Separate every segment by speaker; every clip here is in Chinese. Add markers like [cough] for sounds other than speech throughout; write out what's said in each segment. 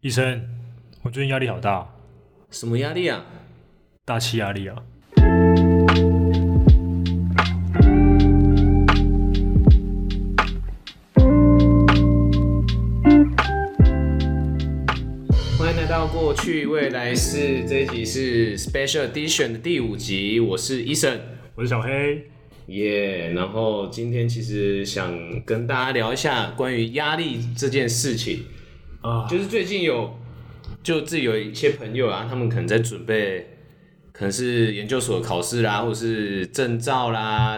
Speaker 1: 医生，我最近压力好大，
Speaker 2: 什么压力啊？
Speaker 1: 大气压力啊！
Speaker 2: 欢迎来到过去未来式，这一集是 Special Edition 的第五集，我是 Eason，
Speaker 1: 我是小黑。
Speaker 2: 耶然后今天其实想跟大家聊一下关于压力这件事情，
Speaker 1: 啊，
Speaker 2: 就是最近有就自己有一些朋友啊，他们可能在准备，可能是研究所的考试啦，或者是证照啦，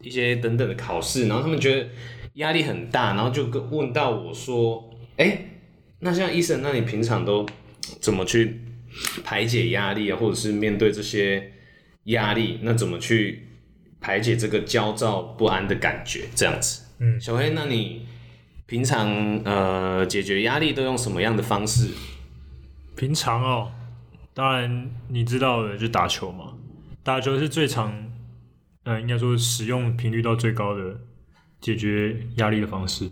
Speaker 2: 一些等等的考试，然后他们觉得压力很大，然后就跟问到我说：“哎、那像医生，那你平常都怎么去排解压力啊，或者是面对这些压力，那怎么去排解这个焦躁不安的感觉？这样子，
Speaker 1: 嗯
Speaker 2: 小黑，那你平常呃解决压力都用什么样的方式？
Speaker 1: 平常哦，当然你知道的，就打球嘛。打球是最常，呃，应该说使用频率到最高的解决压力的方式。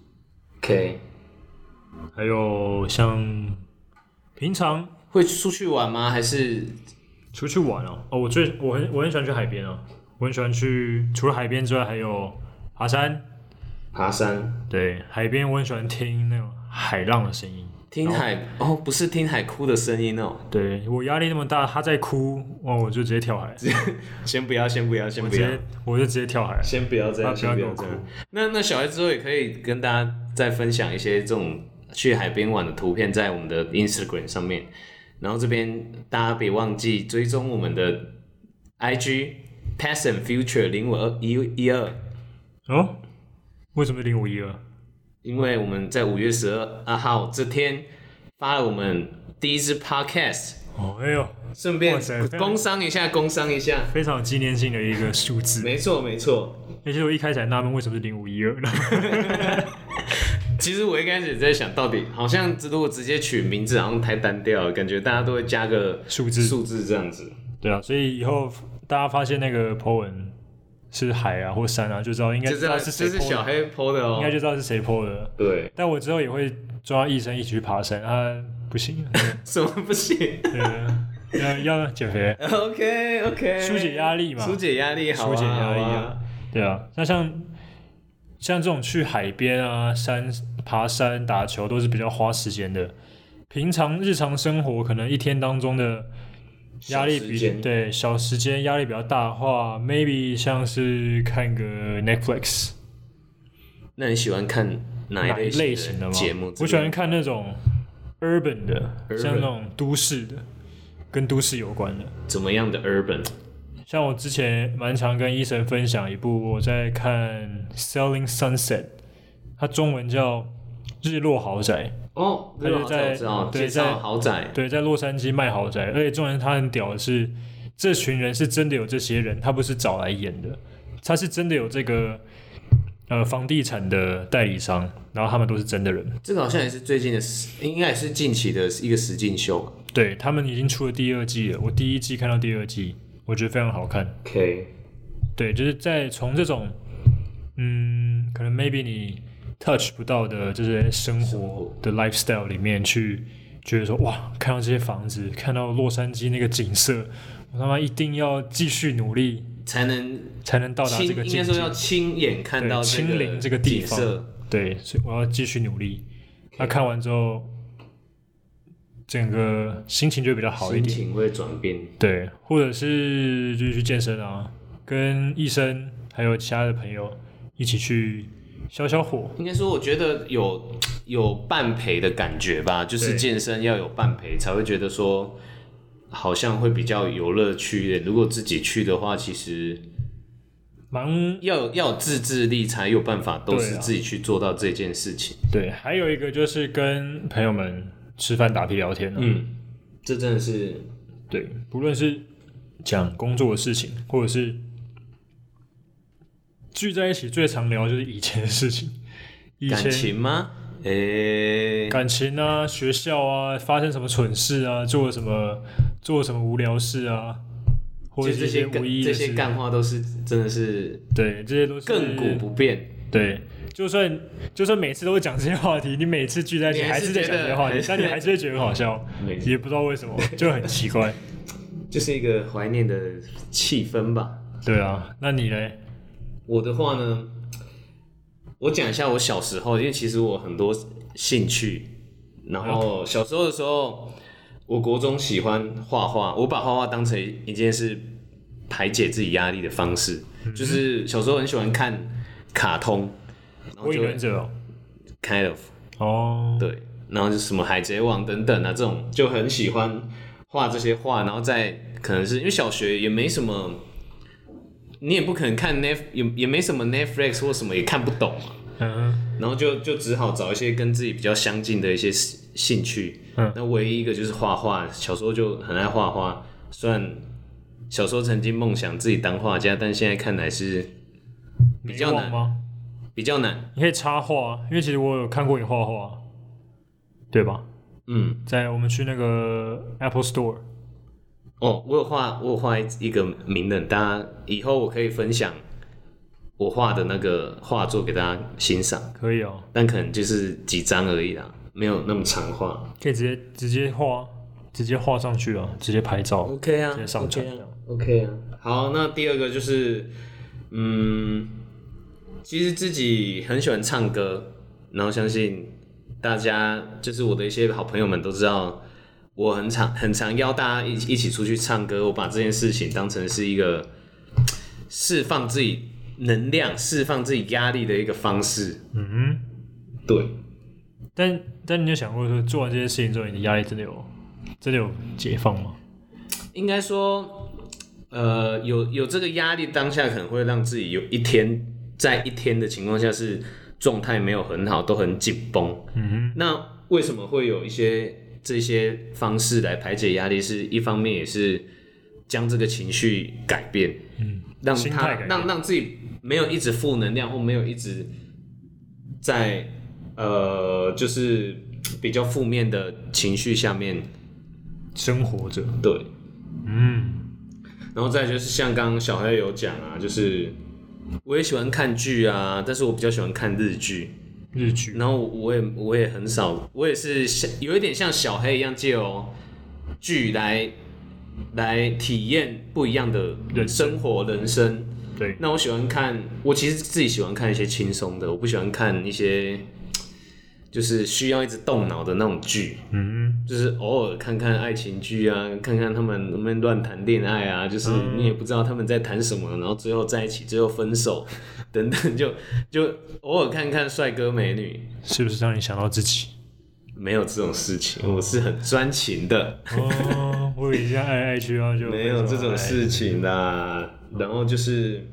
Speaker 2: OK，
Speaker 1: 还有像平常
Speaker 2: 会出去玩吗？还是
Speaker 1: 出去玩哦，哦，我最我很我很喜欢去海边哦，我很喜欢去，除了海边之外，还有爬山。
Speaker 2: 爬山？
Speaker 1: 对，海边我很喜欢听那种海浪的声音。
Speaker 2: 听海哦，不是听海哭的声音哦。
Speaker 1: 对我压力那么大，他在哭，哇，我就直接跳海，
Speaker 2: 先不要，先不要，先
Speaker 1: 我
Speaker 2: 不
Speaker 1: 直
Speaker 2: 要，
Speaker 1: 接我就直接跳海。
Speaker 2: 先不要这
Speaker 1: 啊
Speaker 2: 样，
Speaker 1: 不要
Speaker 2: 先不
Speaker 1: 给我
Speaker 2: 要这
Speaker 1: 哭
Speaker 2: 样。那那小孩之后也可以跟大家再分享一些这种去海边玩的图片，在我们的 Instagram 上面。然后这边大家别忘记追踪我们的 IG Past and Future 零五二一一二，
Speaker 1: 哦，为什么零五一二？
Speaker 2: 因为我们在五月十二号这天发了我们第一支 Podcast，
Speaker 1: 哦，哎呦，
Speaker 2: 顺便
Speaker 1: 哇塞非常
Speaker 2: 工商一下，工商一下。
Speaker 1: 非常有纪念性的一个数字。
Speaker 2: 没错，没错。
Speaker 1: 而且我一开始还纳闷为什么是零五一二呢？ [laughs]
Speaker 2: 其实我一开始也在想到底，好像如果直接取名字，好像太单调了，感觉大家都会加个
Speaker 1: 数字
Speaker 2: 数字这样子。
Speaker 1: 对啊，所以以后大家发现那个 po 文是海啊或山啊，就知道应该
Speaker 2: 就
Speaker 1: 知
Speaker 2: 这
Speaker 1: 道
Speaker 2: 样，
Speaker 1: 是谁
Speaker 2: 这是
Speaker 1: po
Speaker 2: 小
Speaker 1: 的，
Speaker 2: 黑 PO 的哦、
Speaker 1: 应该就知道是谁 po 的。
Speaker 2: 对，
Speaker 1: 但我之后也会抓医生一起去爬山啊，不行，
Speaker 2: 什么不行
Speaker 1: 对啊，要要减肥。
Speaker 2: ？OK OK，
Speaker 1: 疏解压力嘛
Speaker 2: 疏解压力，好
Speaker 1: 疏
Speaker 2: 啊
Speaker 1: 解压力
Speaker 2: 好
Speaker 1: 啊，对啊，那像像这种去海边啊、山爬山、打球都是比较花时间的。平常日常生活可能一天当中的压力
Speaker 2: 小时
Speaker 1: 比
Speaker 2: 间
Speaker 1: 对小时间压力比较大的话，maybe 像是看个 Netflix
Speaker 2: 那你喜欢看哪一
Speaker 1: 哪一类型的吗？
Speaker 2: 节目？
Speaker 1: 我喜欢看那种 urban 的
Speaker 2: Urban
Speaker 1: 像那种都市的，跟都市有关的。
Speaker 2: 怎么样的 urban？
Speaker 1: 像我之前蛮常跟医生分享一部我在看《Selling Sunset》，它中文叫《日落豪宅
Speaker 2: 哦，
Speaker 1: 他就
Speaker 2: 这个
Speaker 1: 在嗯
Speaker 2: 好像我知道，
Speaker 1: 对
Speaker 2: 介
Speaker 1: 在
Speaker 2: 绍豪》，宅，
Speaker 1: 对，在洛杉矶卖豪宅，而且重点是它很屌的是，这群人是真的有这些人，他不是找来演的，他是真的有这个呃房地产的代理商，然后他们都是真的人，
Speaker 2: 这个好像也是最近的，应该也是近期的一个实境秀。
Speaker 1: 对他们已经出了第二季了，我第一季看到第二季，我觉得非常好看。
Speaker 2: OK，
Speaker 1: 对，就是在从这种，嗯，可能 maybe 你 touch 不到的这些生活的 lifestyle 里面去，觉得说哇，看到这些房子，看到洛杉矶那个景色，我他妈一定要继续努力
Speaker 2: 才能
Speaker 1: 才能到达
Speaker 2: 亲
Speaker 1: 这个
Speaker 2: 应该
Speaker 1: 境
Speaker 2: 说要
Speaker 1: 界。
Speaker 2: 亲眼看到
Speaker 1: 对
Speaker 2: 这个
Speaker 1: 亲临这个地方
Speaker 2: 景色
Speaker 1: 对，所以我要继续努力。那看完之后，整个心情就会比较好一
Speaker 2: 心
Speaker 1: 点。
Speaker 2: 情会转变。
Speaker 1: 对，或者是就是去健身啊，跟医生还有其他的朋友一起去消消火。
Speaker 2: 应该说，我觉得有有伴陪的感觉吧，就是
Speaker 1: 对
Speaker 2: 健身要有伴陪才会觉得说，好像会比较有乐趣一点。如果自己去的话，其实
Speaker 1: 蛮
Speaker 2: 要有要有自制力，才有办法都是
Speaker 1: 对啊
Speaker 2: 自己去做到这件事情。
Speaker 1: 对，还有一个就是跟朋友们吃饭打屁聊天、啊、
Speaker 2: 嗯，这真的是
Speaker 1: 对，不论是讲工作的事情，或者是聚在一起最常聊就是以前的事情，以前
Speaker 2: [laughs] 感情吗？诶、
Speaker 1: 感情啊、学校啊，发生什么蠢事啊，做了什么做了什么无聊事啊，或
Speaker 2: 就
Speaker 1: 者是一
Speaker 2: 这些
Speaker 1: 些
Speaker 2: 干
Speaker 1: 无意义
Speaker 2: 这
Speaker 1: 的事啊
Speaker 2: 些干话都是真的是
Speaker 1: 对，这些都是
Speaker 2: 亘古不变。
Speaker 1: 对，就算就算每次都会讲这些话题，你每次聚在一起
Speaker 2: 你
Speaker 1: 还
Speaker 2: 还是
Speaker 1: 是在讲这些话
Speaker 2: 觉
Speaker 1: 题
Speaker 2: 得，
Speaker 1: 但你还是会觉得很好笑
Speaker 2: 没，错
Speaker 1: 也不知道为
Speaker 2: [laughs]
Speaker 1: 什么，就很奇怪。
Speaker 2: 就是一个怀念的气氛吧。
Speaker 1: 对啊，那你嘞？
Speaker 2: 我的话呢，我讲一下我小时候，因为其实我很多兴趣。然
Speaker 1: 啊
Speaker 2: 后小时候的时候，我国中喜欢画画，我把画画当成一件是排解自己压力的方式。
Speaker 1: 嗯
Speaker 2: 就是小时候很喜欢看卡通，然后
Speaker 1: 火影
Speaker 2: 就
Speaker 1: 忍者
Speaker 2: kind of
Speaker 1: 哦，
Speaker 2: 对，然后就什么海贼王等等啊，这种就很喜欢画这些画，然后再可能是因为小学也没什么，你也不可能看 Net 也也没什么 Netflix 或什么也看不懂嘛，
Speaker 1: 嗯，
Speaker 2: 然后就就只好找一些跟自己比较相近的一些兴兴趣。
Speaker 1: 嗯
Speaker 2: 那唯一一个就是画画，小时候就很爱画画，虽然小时候曾经梦想自己当画家，但现在看来是比较
Speaker 1: 迷惘
Speaker 2: 难
Speaker 1: 吗？
Speaker 2: 比较难。
Speaker 1: 你可以插画，啊因为其实我有看过你画画，对吧？
Speaker 2: 嗯，
Speaker 1: 在我们去那个 Apple Store，
Speaker 2: 哦，我有画，我有画一一个名人，大家以后我可以分享我画的那个画作给大家欣赏，
Speaker 1: 可以哦，
Speaker 2: 但可能就是几张而已啦，没有那么长画。
Speaker 1: 可以直接直接画，啊直接画上去啊，直接拍照，
Speaker 2: OK 啊
Speaker 1: 直接上传。
Speaker 2: ，OK 啊。好，那第二个就是，嗯，其实自己很喜欢唱歌，然后相信大家就是我的一些好朋友们都知道，我很常很常邀大家一起一起出去唱歌，我把这件事情当成是一个释放自己能量、释放自己压力的一个方式。
Speaker 1: 嗯，
Speaker 2: 对，
Speaker 1: 但但你有想过说，做完这些事情之后，你的压力真的有真的有解放吗？
Speaker 2: 应该说，呃，有有这个压力，当下可能会让自己有一天在一天的情况下是状态没有很好，都很紧绷。嗯，那为什么会有一些这些方式来排解压力？是一方面也是将这个情绪改变，嗯，让
Speaker 1: 心态
Speaker 2: 他
Speaker 1: 改变
Speaker 2: 让让自己没有一直负能量，或没有一直在呃，就是比较负面的情绪下面，
Speaker 1: 生活着，
Speaker 2: 对。
Speaker 1: 嗯，
Speaker 2: 然后再就是像刚刚小黑有讲啊，就是我也喜欢看剧啊，但是我比较喜欢看日剧。
Speaker 1: 日剧，
Speaker 2: 然后我也我也很少，我也是像有一点像小黑一样借由剧来来体验不一样的
Speaker 1: 人生
Speaker 2: 生活人生。
Speaker 1: 对，
Speaker 2: 那我喜欢看，我其实自己喜欢看一些轻松的，我不喜欢看一些就是需要一直动脑的那种剧。
Speaker 1: 嗯，
Speaker 2: 就是偶尔看看爱情剧啊，看看他们能不能乱谈恋爱啊，就是你也不知道他们在谈什么，然后最后在一起，最后分手 [laughs] 等等，就就偶尔看看帅哥美女，
Speaker 1: 是不是让你想到自己？
Speaker 2: 没有这种事情，我是很专情的，
Speaker 1: 哦，我以为这样爱来爱去啊，就
Speaker 2: 没有这种
Speaker 1: 哎
Speaker 2: 事情啦。然后就是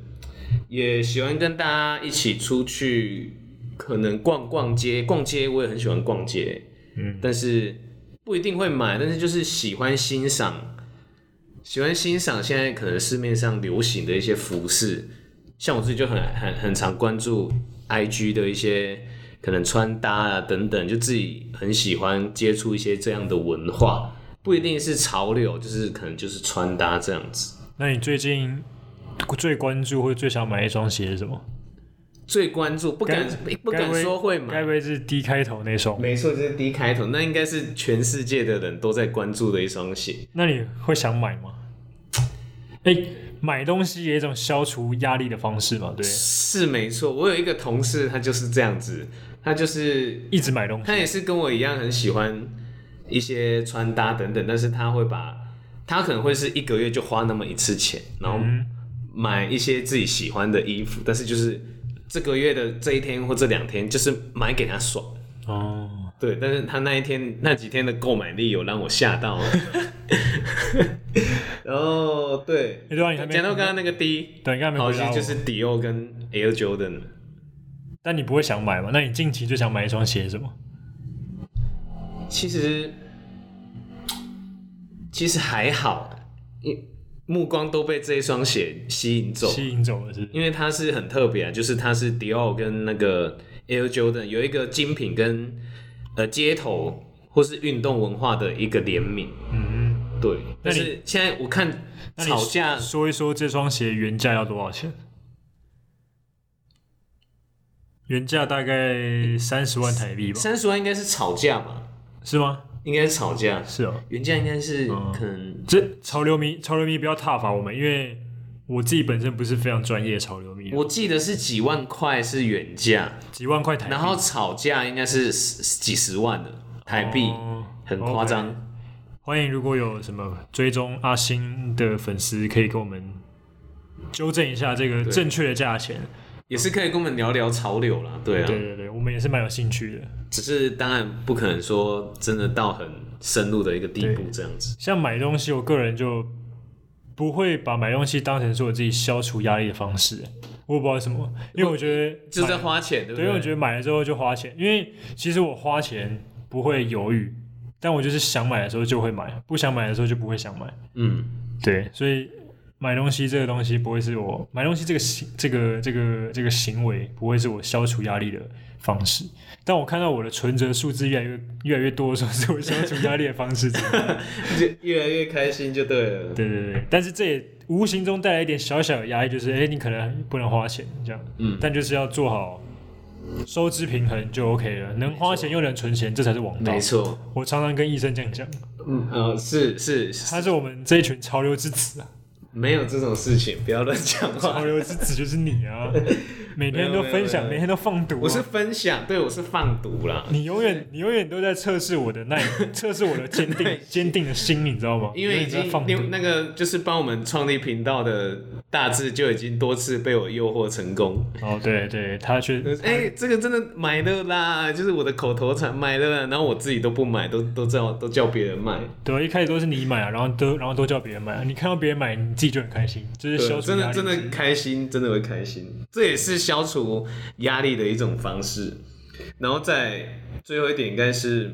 Speaker 2: 也喜欢跟大家一起出去，可能逛逛街，逛街我也很喜欢逛街，
Speaker 1: 嗯，
Speaker 2: 但是不一定会买，但是就是喜欢欣赏，喜欢欣赏现在可能市面上流行的一些服饰，像我自己就很很很常关注 IG 的一些可能穿搭啊等等，就自己很喜欢接触一些这样的文化，不一定是潮流，就是可能就是穿搭这样子。
Speaker 1: 那你最近最关注或最想买一双鞋是什么？
Speaker 2: 最关注不敢
Speaker 1: 该
Speaker 2: 不敢说会
Speaker 1: 该
Speaker 2: 买
Speaker 1: 不，会是 D 开头那双？
Speaker 2: 没错，就是 D 开头，那应该是全世界的人都在关注的一双鞋。
Speaker 1: 那你会想买吗？哎、买东西也有一种消除压力的方式嘛，对，
Speaker 2: 是没错，我有一个同事，他就是这样子，他就是
Speaker 1: 一直买东西，
Speaker 2: 他也是跟我一样很喜欢一些穿搭等等，但是他会把他可能会是一个月就花那么一次钱，然后
Speaker 1: 嗯
Speaker 2: 买一些自己喜欢的衣服，但是就是这个月的这一天或这两天，就是买给他爽。
Speaker 1: 哦，
Speaker 2: 对，但是他那一天那几天的购买力有让我吓到。 [laughs] 然后对，
Speaker 1: 哎对啊你还没
Speaker 2: 讲到刚刚那个 D，
Speaker 1: 对，你刚才没
Speaker 2: 好，
Speaker 1: 回
Speaker 2: 其
Speaker 1: 答
Speaker 2: 实
Speaker 1: 我，
Speaker 2: 就是迪奥跟 Air Jordan。
Speaker 1: 但你不会想买嘛？那你近期最想买一双鞋是什么？
Speaker 2: 其实其实还好，因目光都被这一双鞋吸引走，
Speaker 1: 吸引走了是不是？
Speaker 2: 因为它是很特别啊，就是它是迪奥跟那个 Air Jordan 有一个精品跟呃街头或是运动文化的一个联名，
Speaker 1: 嗯，
Speaker 2: 对。
Speaker 1: 那
Speaker 2: 但
Speaker 1: 你
Speaker 2: 是现在我看
Speaker 1: 那你
Speaker 2: 吵架
Speaker 1: 说一说这双鞋原价要多少钱？原价大概三十万台币吧，
Speaker 2: 三十万应该是吵架吧？
Speaker 1: 是吗？
Speaker 2: 应该是吵架，
Speaker 1: 是哦，
Speaker 2: 原价应该是可能
Speaker 1: 这潮流迷，潮流迷不要挞伐我们，因为我自己本身不是非常专业的潮流迷，啊
Speaker 2: 我记得是几万块是原价，
Speaker 1: 几万块台币，
Speaker 2: 然后吵架应该是十几十万的台币，
Speaker 1: 哦
Speaker 2: 很夸张。
Speaker 1: OK 欢迎如果有什么追踪阿星的粉丝，可以跟我们纠正一下这个正确的价钱。
Speaker 2: 也是可以跟我们聊聊潮流啦，对啊，
Speaker 1: 对对对，我们也是蛮有兴趣的。
Speaker 2: 只是当然不可能说真的到很深入的一个地步这样子。
Speaker 1: 像买东西，我个人就不会把买东西当成是我自己消除压力的方式。我也不知道为什么，因为我觉得
Speaker 2: 就是在
Speaker 1: 买
Speaker 2: 花钱，对不
Speaker 1: 对，因为我觉得买了之后就花钱，因为其实我花钱不会犹豫，但我就是想买的时候就会买，不想买的时候就不会想买。
Speaker 2: 嗯，
Speaker 1: 对，所以买东西这个东西不会是我买东西这个行这个这个这个行为不会是我消除压力的方式。但我看到我的存折数字越来越越来越多的时候，是我消除压力的方式之一。
Speaker 2: 就越来越开心就对了。
Speaker 1: 对对对，但是这也无形中带来一点小小的压力，就是哎、诶你可能不能花钱这样，
Speaker 2: 嗯
Speaker 1: 但就是要做好收支平衡就 OK 了，能花钱又能存钱，这才是王道
Speaker 2: 没。错，
Speaker 1: 我常常跟医生这样讲，
Speaker 2: 嗯呃，是是，
Speaker 1: 他是我们这一群潮流之
Speaker 2: [laughs]
Speaker 1: 子啊，
Speaker 2: 没有这种事情，不要乱讲
Speaker 1: 潮 [laughs]
Speaker 2: 话。
Speaker 1: 流之子就是你
Speaker 2: [laughs]
Speaker 1: 啊，每天都分享，
Speaker 2: 没有没有
Speaker 1: 每天都放毒、啊。
Speaker 2: 我是分享，对我是放毒啦，
Speaker 1: 你永远你永远都在测试我的
Speaker 2: [laughs]
Speaker 1: 耐，测试我的坚定坚定的心，你知道吗？
Speaker 2: 因为已
Speaker 1: 你永远
Speaker 2: 经
Speaker 1: 在放毒
Speaker 2: 那。那个就是帮我们创立频道的大致就已经多次被我诱惑成功。
Speaker 1: 哦，对对，他去
Speaker 2: 就是哎、这个真的买了啦，就是我的口头禅买了啦，然后我自己都不买，都都叫都叫别人买，
Speaker 1: 对，一开始都是你买啊，然后都然后都叫别人买啊，你看到别人买，你自己就很开心，就是消
Speaker 2: 对，
Speaker 1: 除
Speaker 2: 真
Speaker 1: 压
Speaker 2: 的
Speaker 1: 力
Speaker 2: 真的开心，真的会开心，这也是消除压力的一种方式。然后再最后一点应该是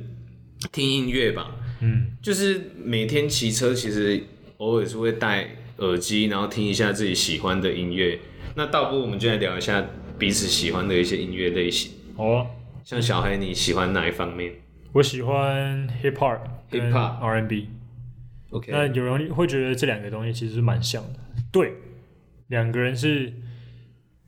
Speaker 2: 听音乐吧，
Speaker 1: 嗯，
Speaker 2: 就是每天骑车，其实偶尔是会戴耳机，然后听一下自己喜欢的音乐。那倒不如我们就来聊一下彼此喜欢的一些音乐类型，
Speaker 1: 哦，
Speaker 2: 像小黑你喜欢哪一方面
Speaker 1: 我喜欢 hip hop 跟
Speaker 2: Hip hop
Speaker 1: R&B，
Speaker 2: ？OK，
Speaker 1: 那有人会觉得这两个东西其实是蛮像的，对，两个人是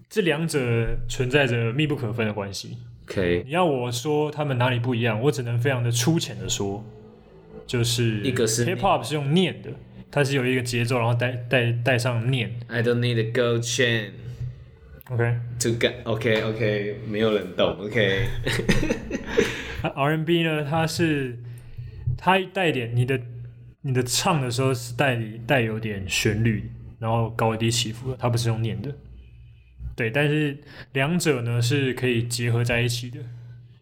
Speaker 1: 这两者存在着密不可分的关系。
Speaker 2: OK，
Speaker 1: 你要我说他们哪里不一样，我只能非常的粗浅的说，就是
Speaker 2: 一个是
Speaker 1: hip hop 是用念的，它是有一个节奏，然后带带带上念
Speaker 2: I don't need a gold chain
Speaker 1: ，OK。
Speaker 2: to get. OK OK，没有人懂。OK，
Speaker 1: R&B 呢，它是它带一点你的你的唱的时候是带带有点旋律，然后高低起伏的，它不是用念的。对，但是两者呢是可以结合在一起的。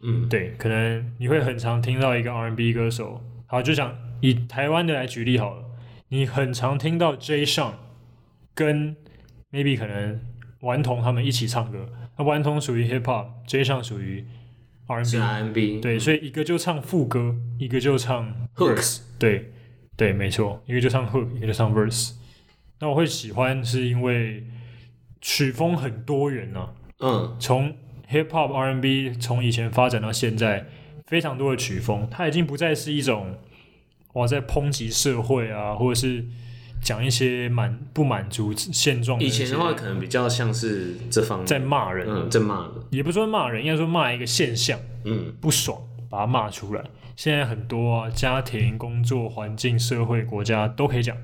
Speaker 2: 嗯，
Speaker 1: 对，可能你会很常听到一个 R&B 歌手，好，就想以台湾的来举例好了，你很常听到 J. Sean 跟 maybe 可能顽童他们一起唱歌，那顽童属于 hip hop，J. Sean 属于 R&B，
Speaker 2: 是 R&B。
Speaker 1: 对，所以一个就唱副歌，一个就唱
Speaker 2: Hooks
Speaker 1: 对，对，没错，一个就唱 hook，一个就唱 verse。那我会喜欢是因为曲风很多元呢、
Speaker 2: 嗯，
Speaker 1: 从 hip hop R&B 从以前发展到现在，非常多的曲风，它已经不再是一种哇在抨击社会啊，或者是讲一些满不满足现状的
Speaker 2: 以
Speaker 1: 一些，
Speaker 2: 前的话可能比较像是这方面
Speaker 1: 在骂人，
Speaker 2: 嗯，在骂的。
Speaker 1: 也不说骂人，应该说骂一个现象。
Speaker 2: 嗯，
Speaker 1: 不爽，把它骂出来。现在很多、啊、家庭、工作环境、社会、国家都可以讲，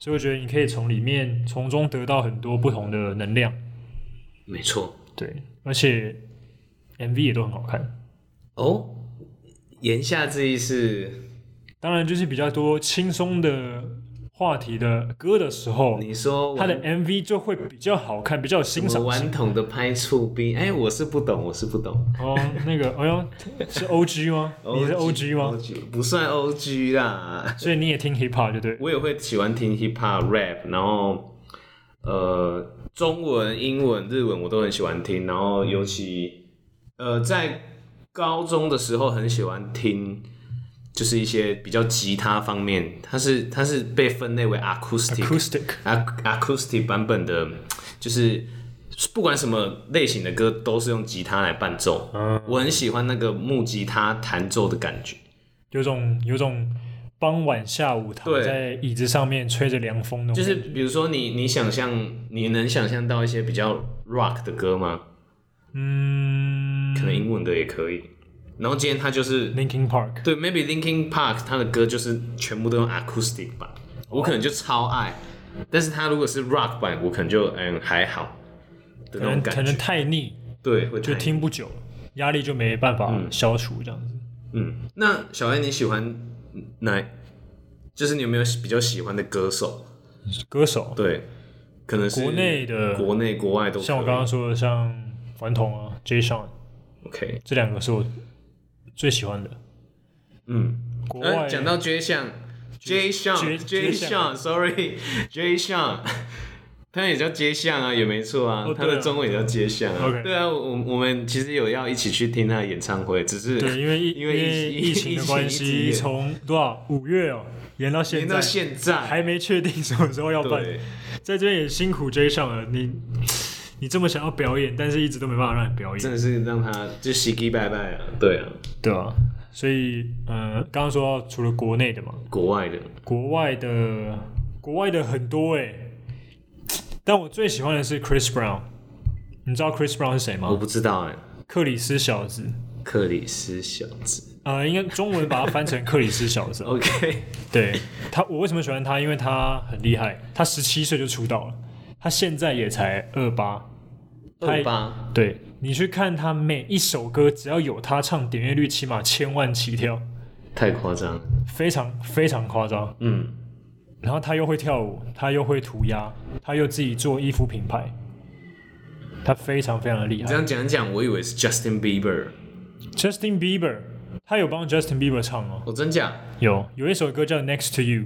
Speaker 1: 所以我觉得你可以从里面从中得到很多不同的能量。
Speaker 2: 没错。
Speaker 1: 对，而且 MV 也都很好看。
Speaker 2: 哦，言下之意是，
Speaker 1: 当然，就是比较多轻松的话题的歌的时候，
Speaker 2: 你说
Speaker 1: 它的
Speaker 2: 顽
Speaker 1: MV 就会比较好看，比较有欣
Speaker 2: 什么
Speaker 1: 赏性。
Speaker 2: 顽童的拍醋兵？哎，我是不懂，我是不懂。
Speaker 1: 哦，那
Speaker 2: [laughs]
Speaker 1: 个，哎呦，是 OG 吗？你是 OG 吗？
Speaker 2: ？OG 不算 OG 啦。
Speaker 1: 所以你也听 hip hop 就对了。
Speaker 2: 我也会喜欢听 hip hop rap，然后呃，中文、英文、日文我都很喜欢听，然后尤其呃，在高中的时候很喜欢听，就是一些比较吉他方面，它是它是被分类为 acoustic
Speaker 1: Acoustic，
Speaker 2: ac- acoustic 版本的，就是。不管什么类型的歌，都是用吉他来伴奏。我很喜欢那个木吉他弹奏的感觉。
Speaker 1: 有种有种傍晚下午躺
Speaker 2: 对
Speaker 1: 在椅子上面吹着凉风那种，
Speaker 2: 就是比如说你你想象你能想象到一些比较 rock 的歌吗？
Speaker 1: 嗯
Speaker 2: 可能英文的也可以。然后今天他就是
Speaker 1: ，Linkin Park，
Speaker 2: 对，maybe Linkin Park 他的歌就是全部都用 acoustic 版，我可能就超爱。但是他如果是 rock 版，我可能就嗯还好
Speaker 1: 可
Speaker 2: 的那种
Speaker 1: 能可
Speaker 2: 感
Speaker 1: 能
Speaker 2: 觉。
Speaker 1: 太腻，
Speaker 2: 对，会
Speaker 1: 就
Speaker 2: 太
Speaker 1: 听不久，压力就没办法消除这样子。
Speaker 2: 嗯。那小艾你喜欢哪？就是你有没有比较喜欢的歌手？
Speaker 1: 歌手，
Speaker 2: 对，可能是
Speaker 1: 国内的
Speaker 2: 国内国外都
Speaker 1: 像我
Speaker 2: 可以
Speaker 1: 刚刚说的，像顽童啊、J. Sean
Speaker 2: OK，
Speaker 1: 这两个是我最喜欢的。
Speaker 2: 嗯。
Speaker 1: 国
Speaker 2: 呃，
Speaker 1: 外
Speaker 2: 讲到 J 项，J 项
Speaker 1: J-
Speaker 2: J
Speaker 1: J
Speaker 2: 项
Speaker 1: 项
Speaker 2: ，sorry，J 项，他也叫街巷啊，也没错啊，
Speaker 1: 哦
Speaker 2: 他
Speaker 1: 对
Speaker 2: 的
Speaker 1: 啊
Speaker 2: 中文也叫街巷啊。
Speaker 1: OK
Speaker 2: 对啊，我我们其实有要一起去听他的演唱会，只是
Speaker 1: 对，因为疫
Speaker 2: [laughs] 因为疫
Speaker 1: 疫情的关
Speaker 2: 疫情一直
Speaker 1: 系，
Speaker 2: 延
Speaker 1: 从多少五月哦延到现
Speaker 2: 延到
Speaker 1: 在，
Speaker 2: 现在，
Speaker 1: 还没确定什么时候要办。
Speaker 2: 对，
Speaker 1: 在这边也辛苦 J. Sean 了，你你这么想要表演，但是一直都没办法让你表演，
Speaker 2: 真的是让他就喜极拜拜啊，对啊，
Speaker 1: 对啊，所以，呃，刚刚说到除了国内的嘛，
Speaker 2: 国外的，
Speaker 1: 国外的国外的很多哎、但我最喜欢的是 Chris Brown。你知道 Chris Brown 是谁
Speaker 2: 我
Speaker 1: 吗？
Speaker 2: 不知道哎，
Speaker 1: 克里斯小子，
Speaker 2: 克里斯小子。
Speaker 1: 呃，应该中文把它翻成克里斯小子
Speaker 2: ，OK，
Speaker 1: 对他，我为什么喜欢他？因为他很厉害，他十七岁就出道了，他现在也才二八。
Speaker 2: 二八，
Speaker 1: 对你去看他每一首歌，只要有他唱，点阅率起码千万起跳，
Speaker 2: 太夸张了，
Speaker 1: 非常非常夸张。
Speaker 2: 嗯，
Speaker 1: 然后他又会跳舞，他又会涂鸦，他又自己做衣服品牌，他非常非常的厉
Speaker 2: 这
Speaker 1: 害。
Speaker 2: 样讲一讲，我以为是 Justin Bieber，
Speaker 1: Justin Bieber，他有帮 Justin Bieber 唱哦，
Speaker 2: 我真假？
Speaker 1: 有有一首歌叫《Next to You》，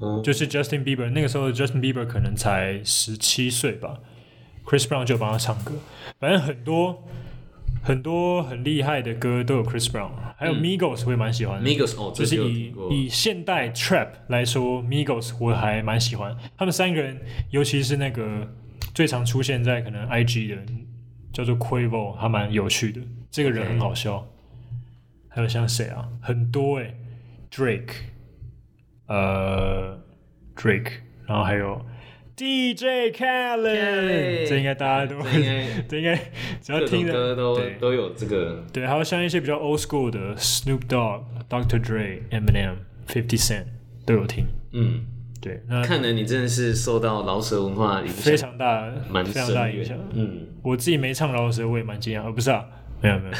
Speaker 2: 哦
Speaker 1: 就是 Justin Bieber 那个时候的 Justin Bieber 可能才十七岁吧，Chris Brown 就有帮他唱歌，反正很多很多很厉害的歌都有 Chris Brown，还有 Migos 我也蛮喜欢的。
Speaker 2: Migos 哦，
Speaker 1: 就
Speaker 2: 这
Speaker 1: 是
Speaker 2: 个有
Speaker 1: 以
Speaker 2: 听过
Speaker 1: 以现代 trap 来说，Migos 我还蛮喜欢。他们三个人，尤其是那个最常出现在可能 IG 的，叫做 Quavo，还蛮有趣的。这个人
Speaker 2: OK
Speaker 1: 很好笑。还有像谁啊？很多诶、d r a k e 呃，Drake，然后还有 DJ
Speaker 2: Khaled
Speaker 1: Khaled，这应该大家都
Speaker 2: 这应该
Speaker 1: [laughs] 这应该只要
Speaker 2: 各种
Speaker 1: 听的
Speaker 2: 歌都
Speaker 1: 对
Speaker 2: 都有这个
Speaker 1: 对，还有像一些比较 old school 的 Snoop Dogg、Dr. Dre、Eminem、Fifty Cent 都有听。
Speaker 2: 嗯，
Speaker 1: 对，那
Speaker 2: 看来你真的是受到饶舌文化影
Speaker 1: 非
Speaker 2: 响
Speaker 1: 常大，
Speaker 2: 蛮
Speaker 1: 非常大
Speaker 2: 深
Speaker 1: 影响
Speaker 2: 远。。嗯，
Speaker 1: 我自己没唱饶舌，我也蛮惊讶。呃，不是啊，没有没有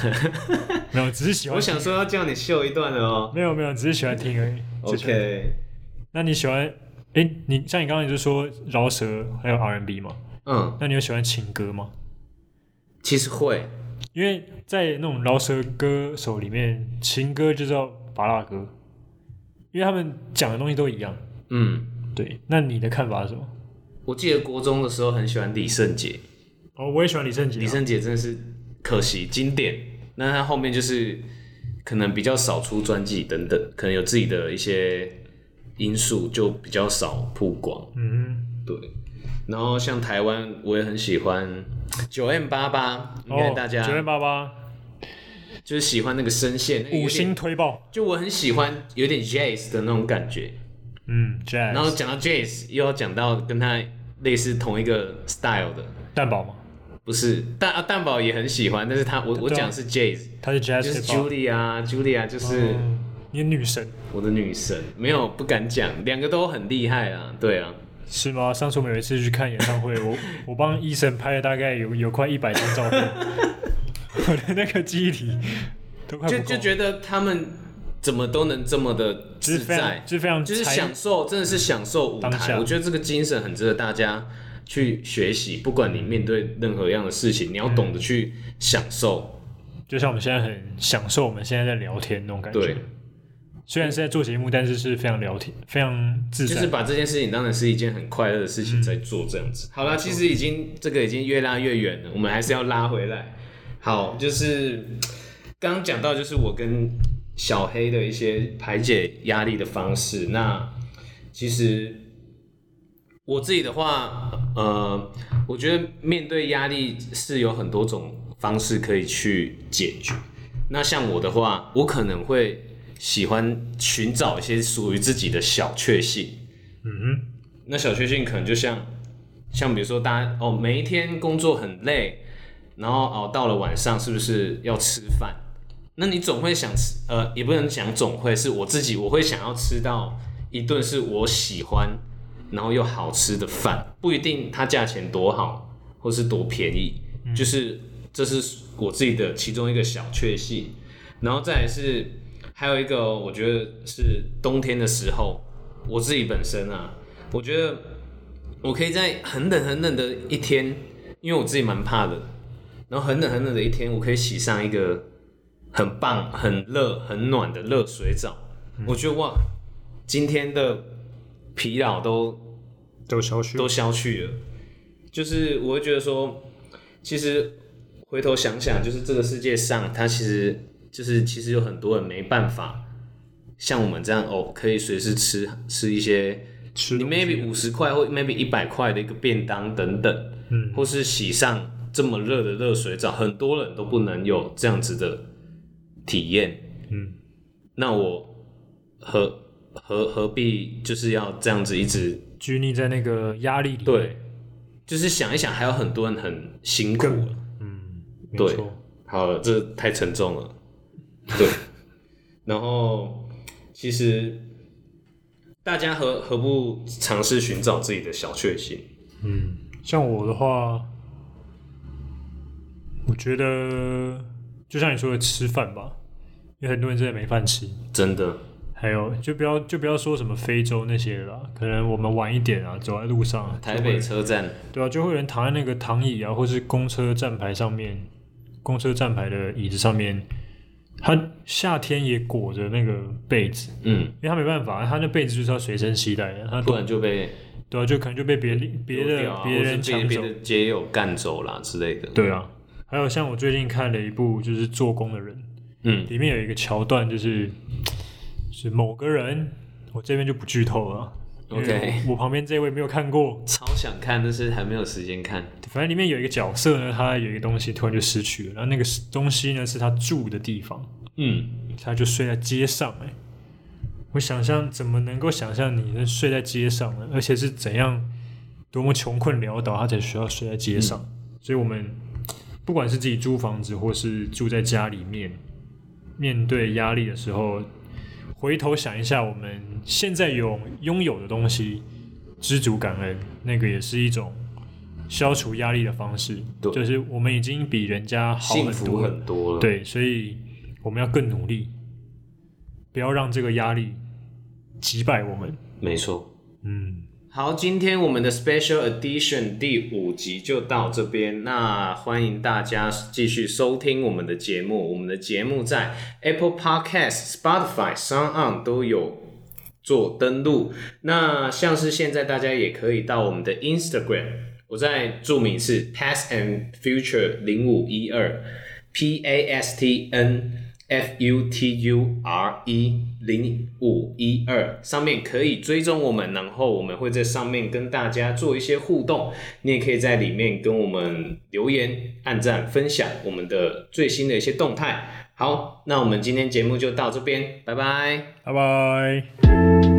Speaker 1: 没有，只是喜欢
Speaker 2: 我，想说要叫你秀一段的哦。
Speaker 1: 没有没有，只是喜欢听
Speaker 2: [laughs]
Speaker 1: 而已。只嗯是喜欢听
Speaker 2: OK，
Speaker 1: 那你喜欢？哎，你像你刚刚也就说饶舌还有 R&B 嘛？
Speaker 2: 嗯，
Speaker 1: 那你有喜欢情歌吗？
Speaker 2: 其实会，
Speaker 1: 因为在那种饶舌歌手里面，情歌就叫拔蜡歌，因为他们讲的东西都一样。
Speaker 2: 嗯，
Speaker 1: 对，那你的看法是什么？
Speaker 2: 我记得国中的时候很喜欢李圣杰，
Speaker 1: 哦，我也喜欢李圣杰、
Speaker 2: 李圣杰真的是可惜经典，那他后面就是可能比较少出专辑等等，可能有自己的一些因素就比较少曝光。
Speaker 1: 嗯，
Speaker 2: 对，然后像台湾，我也很喜欢九 M 八八，应该大家
Speaker 1: 哦九月八八
Speaker 2: 就是喜欢那个声线，那个有点
Speaker 1: 五星，推爆，
Speaker 2: 就我很喜欢有点 jazz 的那种感觉。
Speaker 1: 嗯，Jazz，
Speaker 2: 然后讲到 jazz，又要讲到跟他类似同一个 style 的，
Speaker 1: 蛋堡嘛，
Speaker 2: 不是蛋啊蛋宝也很喜欢，但是他我我
Speaker 1: 对啊
Speaker 2: 讲的是 jazz，
Speaker 1: 她是
Speaker 2: 就是
Speaker 1: Jazz 推爆，
Speaker 2: Julia Julia 就是
Speaker 1: 嗯你的女神
Speaker 2: 我的女神，没有不敢讲，两个都很厉害啊，对啊，
Speaker 1: 是吗？上次我们有一次去看演唱会，我
Speaker 2: [laughs]
Speaker 1: 我帮医生拍了大概有有快一百张照片，我的那个记忆体都快不
Speaker 2: 就
Speaker 1: 够
Speaker 2: 就觉得他们怎么都能这么的
Speaker 1: 就
Speaker 2: 自
Speaker 1: 是非
Speaker 2: 在
Speaker 1: 常，就是非常
Speaker 2: 就是
Speaker 1: 才
Speaker 2: 享受，真的是享受舞
Speaker 1: 当
Speaker 2: 台。
Speaker 1: 下
Speaker 2: 我觉得这个精神很值得大家去学习。不管你面对任何样的事情，你要懂得去享受。
Speaker 1: 就像我们现在很享受我们现在在聊天那种感觉。
Speaker 2: 对，
Speaker 1: 虽然是在做节目，但是是非常聊天，非常自
Speaker 2: 就
Speaker 1: 在。
Speaker 2: 是把这件事情当成是一件很快乐的事情在做，这样嗯子。好啦，其实已经这个已经越拉越远了，我们还是要拉回来。好，就是刚刚讲到，就是我跟小黑的一些排解压力的方式。那其实我自己的话，呃，我觉得面对压力是有很多种方式可以去解决。那像我的话，我可能会喜欢寻找一些属于自己的小确幸。
Speaker 1: 嗯
Speaker 2: 那小确幸可能就像像比如说大家哦，每一天工作很累，然后哦到了晚上是不是要吃饭？那你总会想吃，呃，也不能讲总会，是我自己我会想要吃到一顿是我喜欢，然后又好吃的饭，不一定它价钱多好或是多便宜，就是这是我自己的其中一个小确幸。然后再来是还有一个，我觉得是冬天的时候，我自己本身啊，我觉得我可以在很冷很冷的一天，因为我自己蛮怕冷，然后很冷很冷的一天，我可以洗上一个很棒、很热、很暖的热水澡。我觉得哇，今天的疲劳都
Speaker 1: 都消去，
Speaker 2: 都消去了。就是我会觉得说，其实回头想想，就是这个世界上，它其实就是其实有很多人没办法像我们这样哦，可以随时吃吃一些
Speaker 1: 吃
Speaker 2: 你
Speaker 1: 东西
Speaker 2: maybe 五十块或 maybe 一百块的一个便当等等，嗯，或是洗上这么热的热水澡，很多人都不能有这样子的体验，
Speaker 1: 嗯，
Speaker 2: 那我何何何必就是要这样子一直
Speaker 1: 拘泥在那个压力里。，
Speaker 2: 对，就是想一想，还有很多人很辛苦了。
Speaker 1: 嗯，没
Speaker 2: 对
Speaker 1: 错，
Speaker 2: 好了，这太沉重
Speaker 1: [laughs]
Speaker 2: 了。对，然后其实大家何何不尝试寻找自己的小确幸？
Speaker 1: 像我的话，我觉得就像你说的吃饭吧，有很多人真的没饭吃。
Speaker 2: 真的，
Speaker 1: 还有，就不要就不要说什么非洲那些了啦，可能我们晚一点啊，走在路上啊，
Speaker 2: 台
Speaker 1: 就会
Speaker 2: 北车站
Speaker 1: 对啊，就会有人躺在那个躺椅啊，或是公车站牌上面，公车站牌的椅子上面，他夏天也裹着那个被子，
Speaker 2: 嗯，
Speaker 1: 因为他没办法，他那被子就是要随身携带的，他
Speaker 2: 不然就被
Speaker 1: 对啊，就可能就被别别
Speaker 2: 丢掉
Speaker 1: 的
Speaker 2: 啊
Speaker 1: 别人
Speaker 2: 或是被
Speaker 1: 抢
Speaker 2: 别
Speaker 1: 走，
Speaker 2: 的街友干走啦之类的。，
Speaker 1: 对啊。还有像我最近看了一部就是《做工的人》，
Speaker 2: 嗯，
Speaker 1: 里面有一个桥段，就是是某个人，我这边就不剧透了啊。因为
Speaker 2: OK
Speaker 1: 我我旁边这位没有看过，
Speaker 2: 超想看，但是还没有时间看。
Speaker 1: 反正里面有一个角色呢，他有一个东西突然就失去了，然后那个东西呢是他住的地方，
Speaker 2: 嗯，
Speaker 1: 他就睡在街上、欸。我想象怎么能够想象你能睡在街上呢？而且是怎样多么穷困潦倒，他才需要睡在街上。所以，我们不管是自己租房子，或是住在家里面，面对压力的时候，回头想一下，我们现在有拥有的东西，知足感恩，那个也是一种消除压力的方式。
Speaker 2: 对
Speaker 1: 就是我们已经比人家好
Speaker 2: 幸
Speaker 1: 很
Speaker 2: 福
Speaker 1: 多了。
Speaker 2: 很多了。，
Speaker 1: 对，所以我们要更努力，不要让这个压力击败我们。
Speaker 2: 没错。
Speaker 1: 嗯，
Speaker 2: 好，今天我们的 Special Edition 第五集就到这边。那欢迎大家继续收听我们的节目。我们的节目在 Apple Podcast、Spotify、Sound On 都有做登录。那像是现在大家也可以到我们的 Instagram，我再注明是 Past and Future 零五一二 P A S T N F U T U R E 零五一二，上面可以追踪我们，然后我们会在上面跟大家做一些互动。你也可以在里面跟我们留言、按赞、分享我们的最新的一些动态。好，那我们今天节目就到这边，拜拜。
Speaker 1: 拜拜。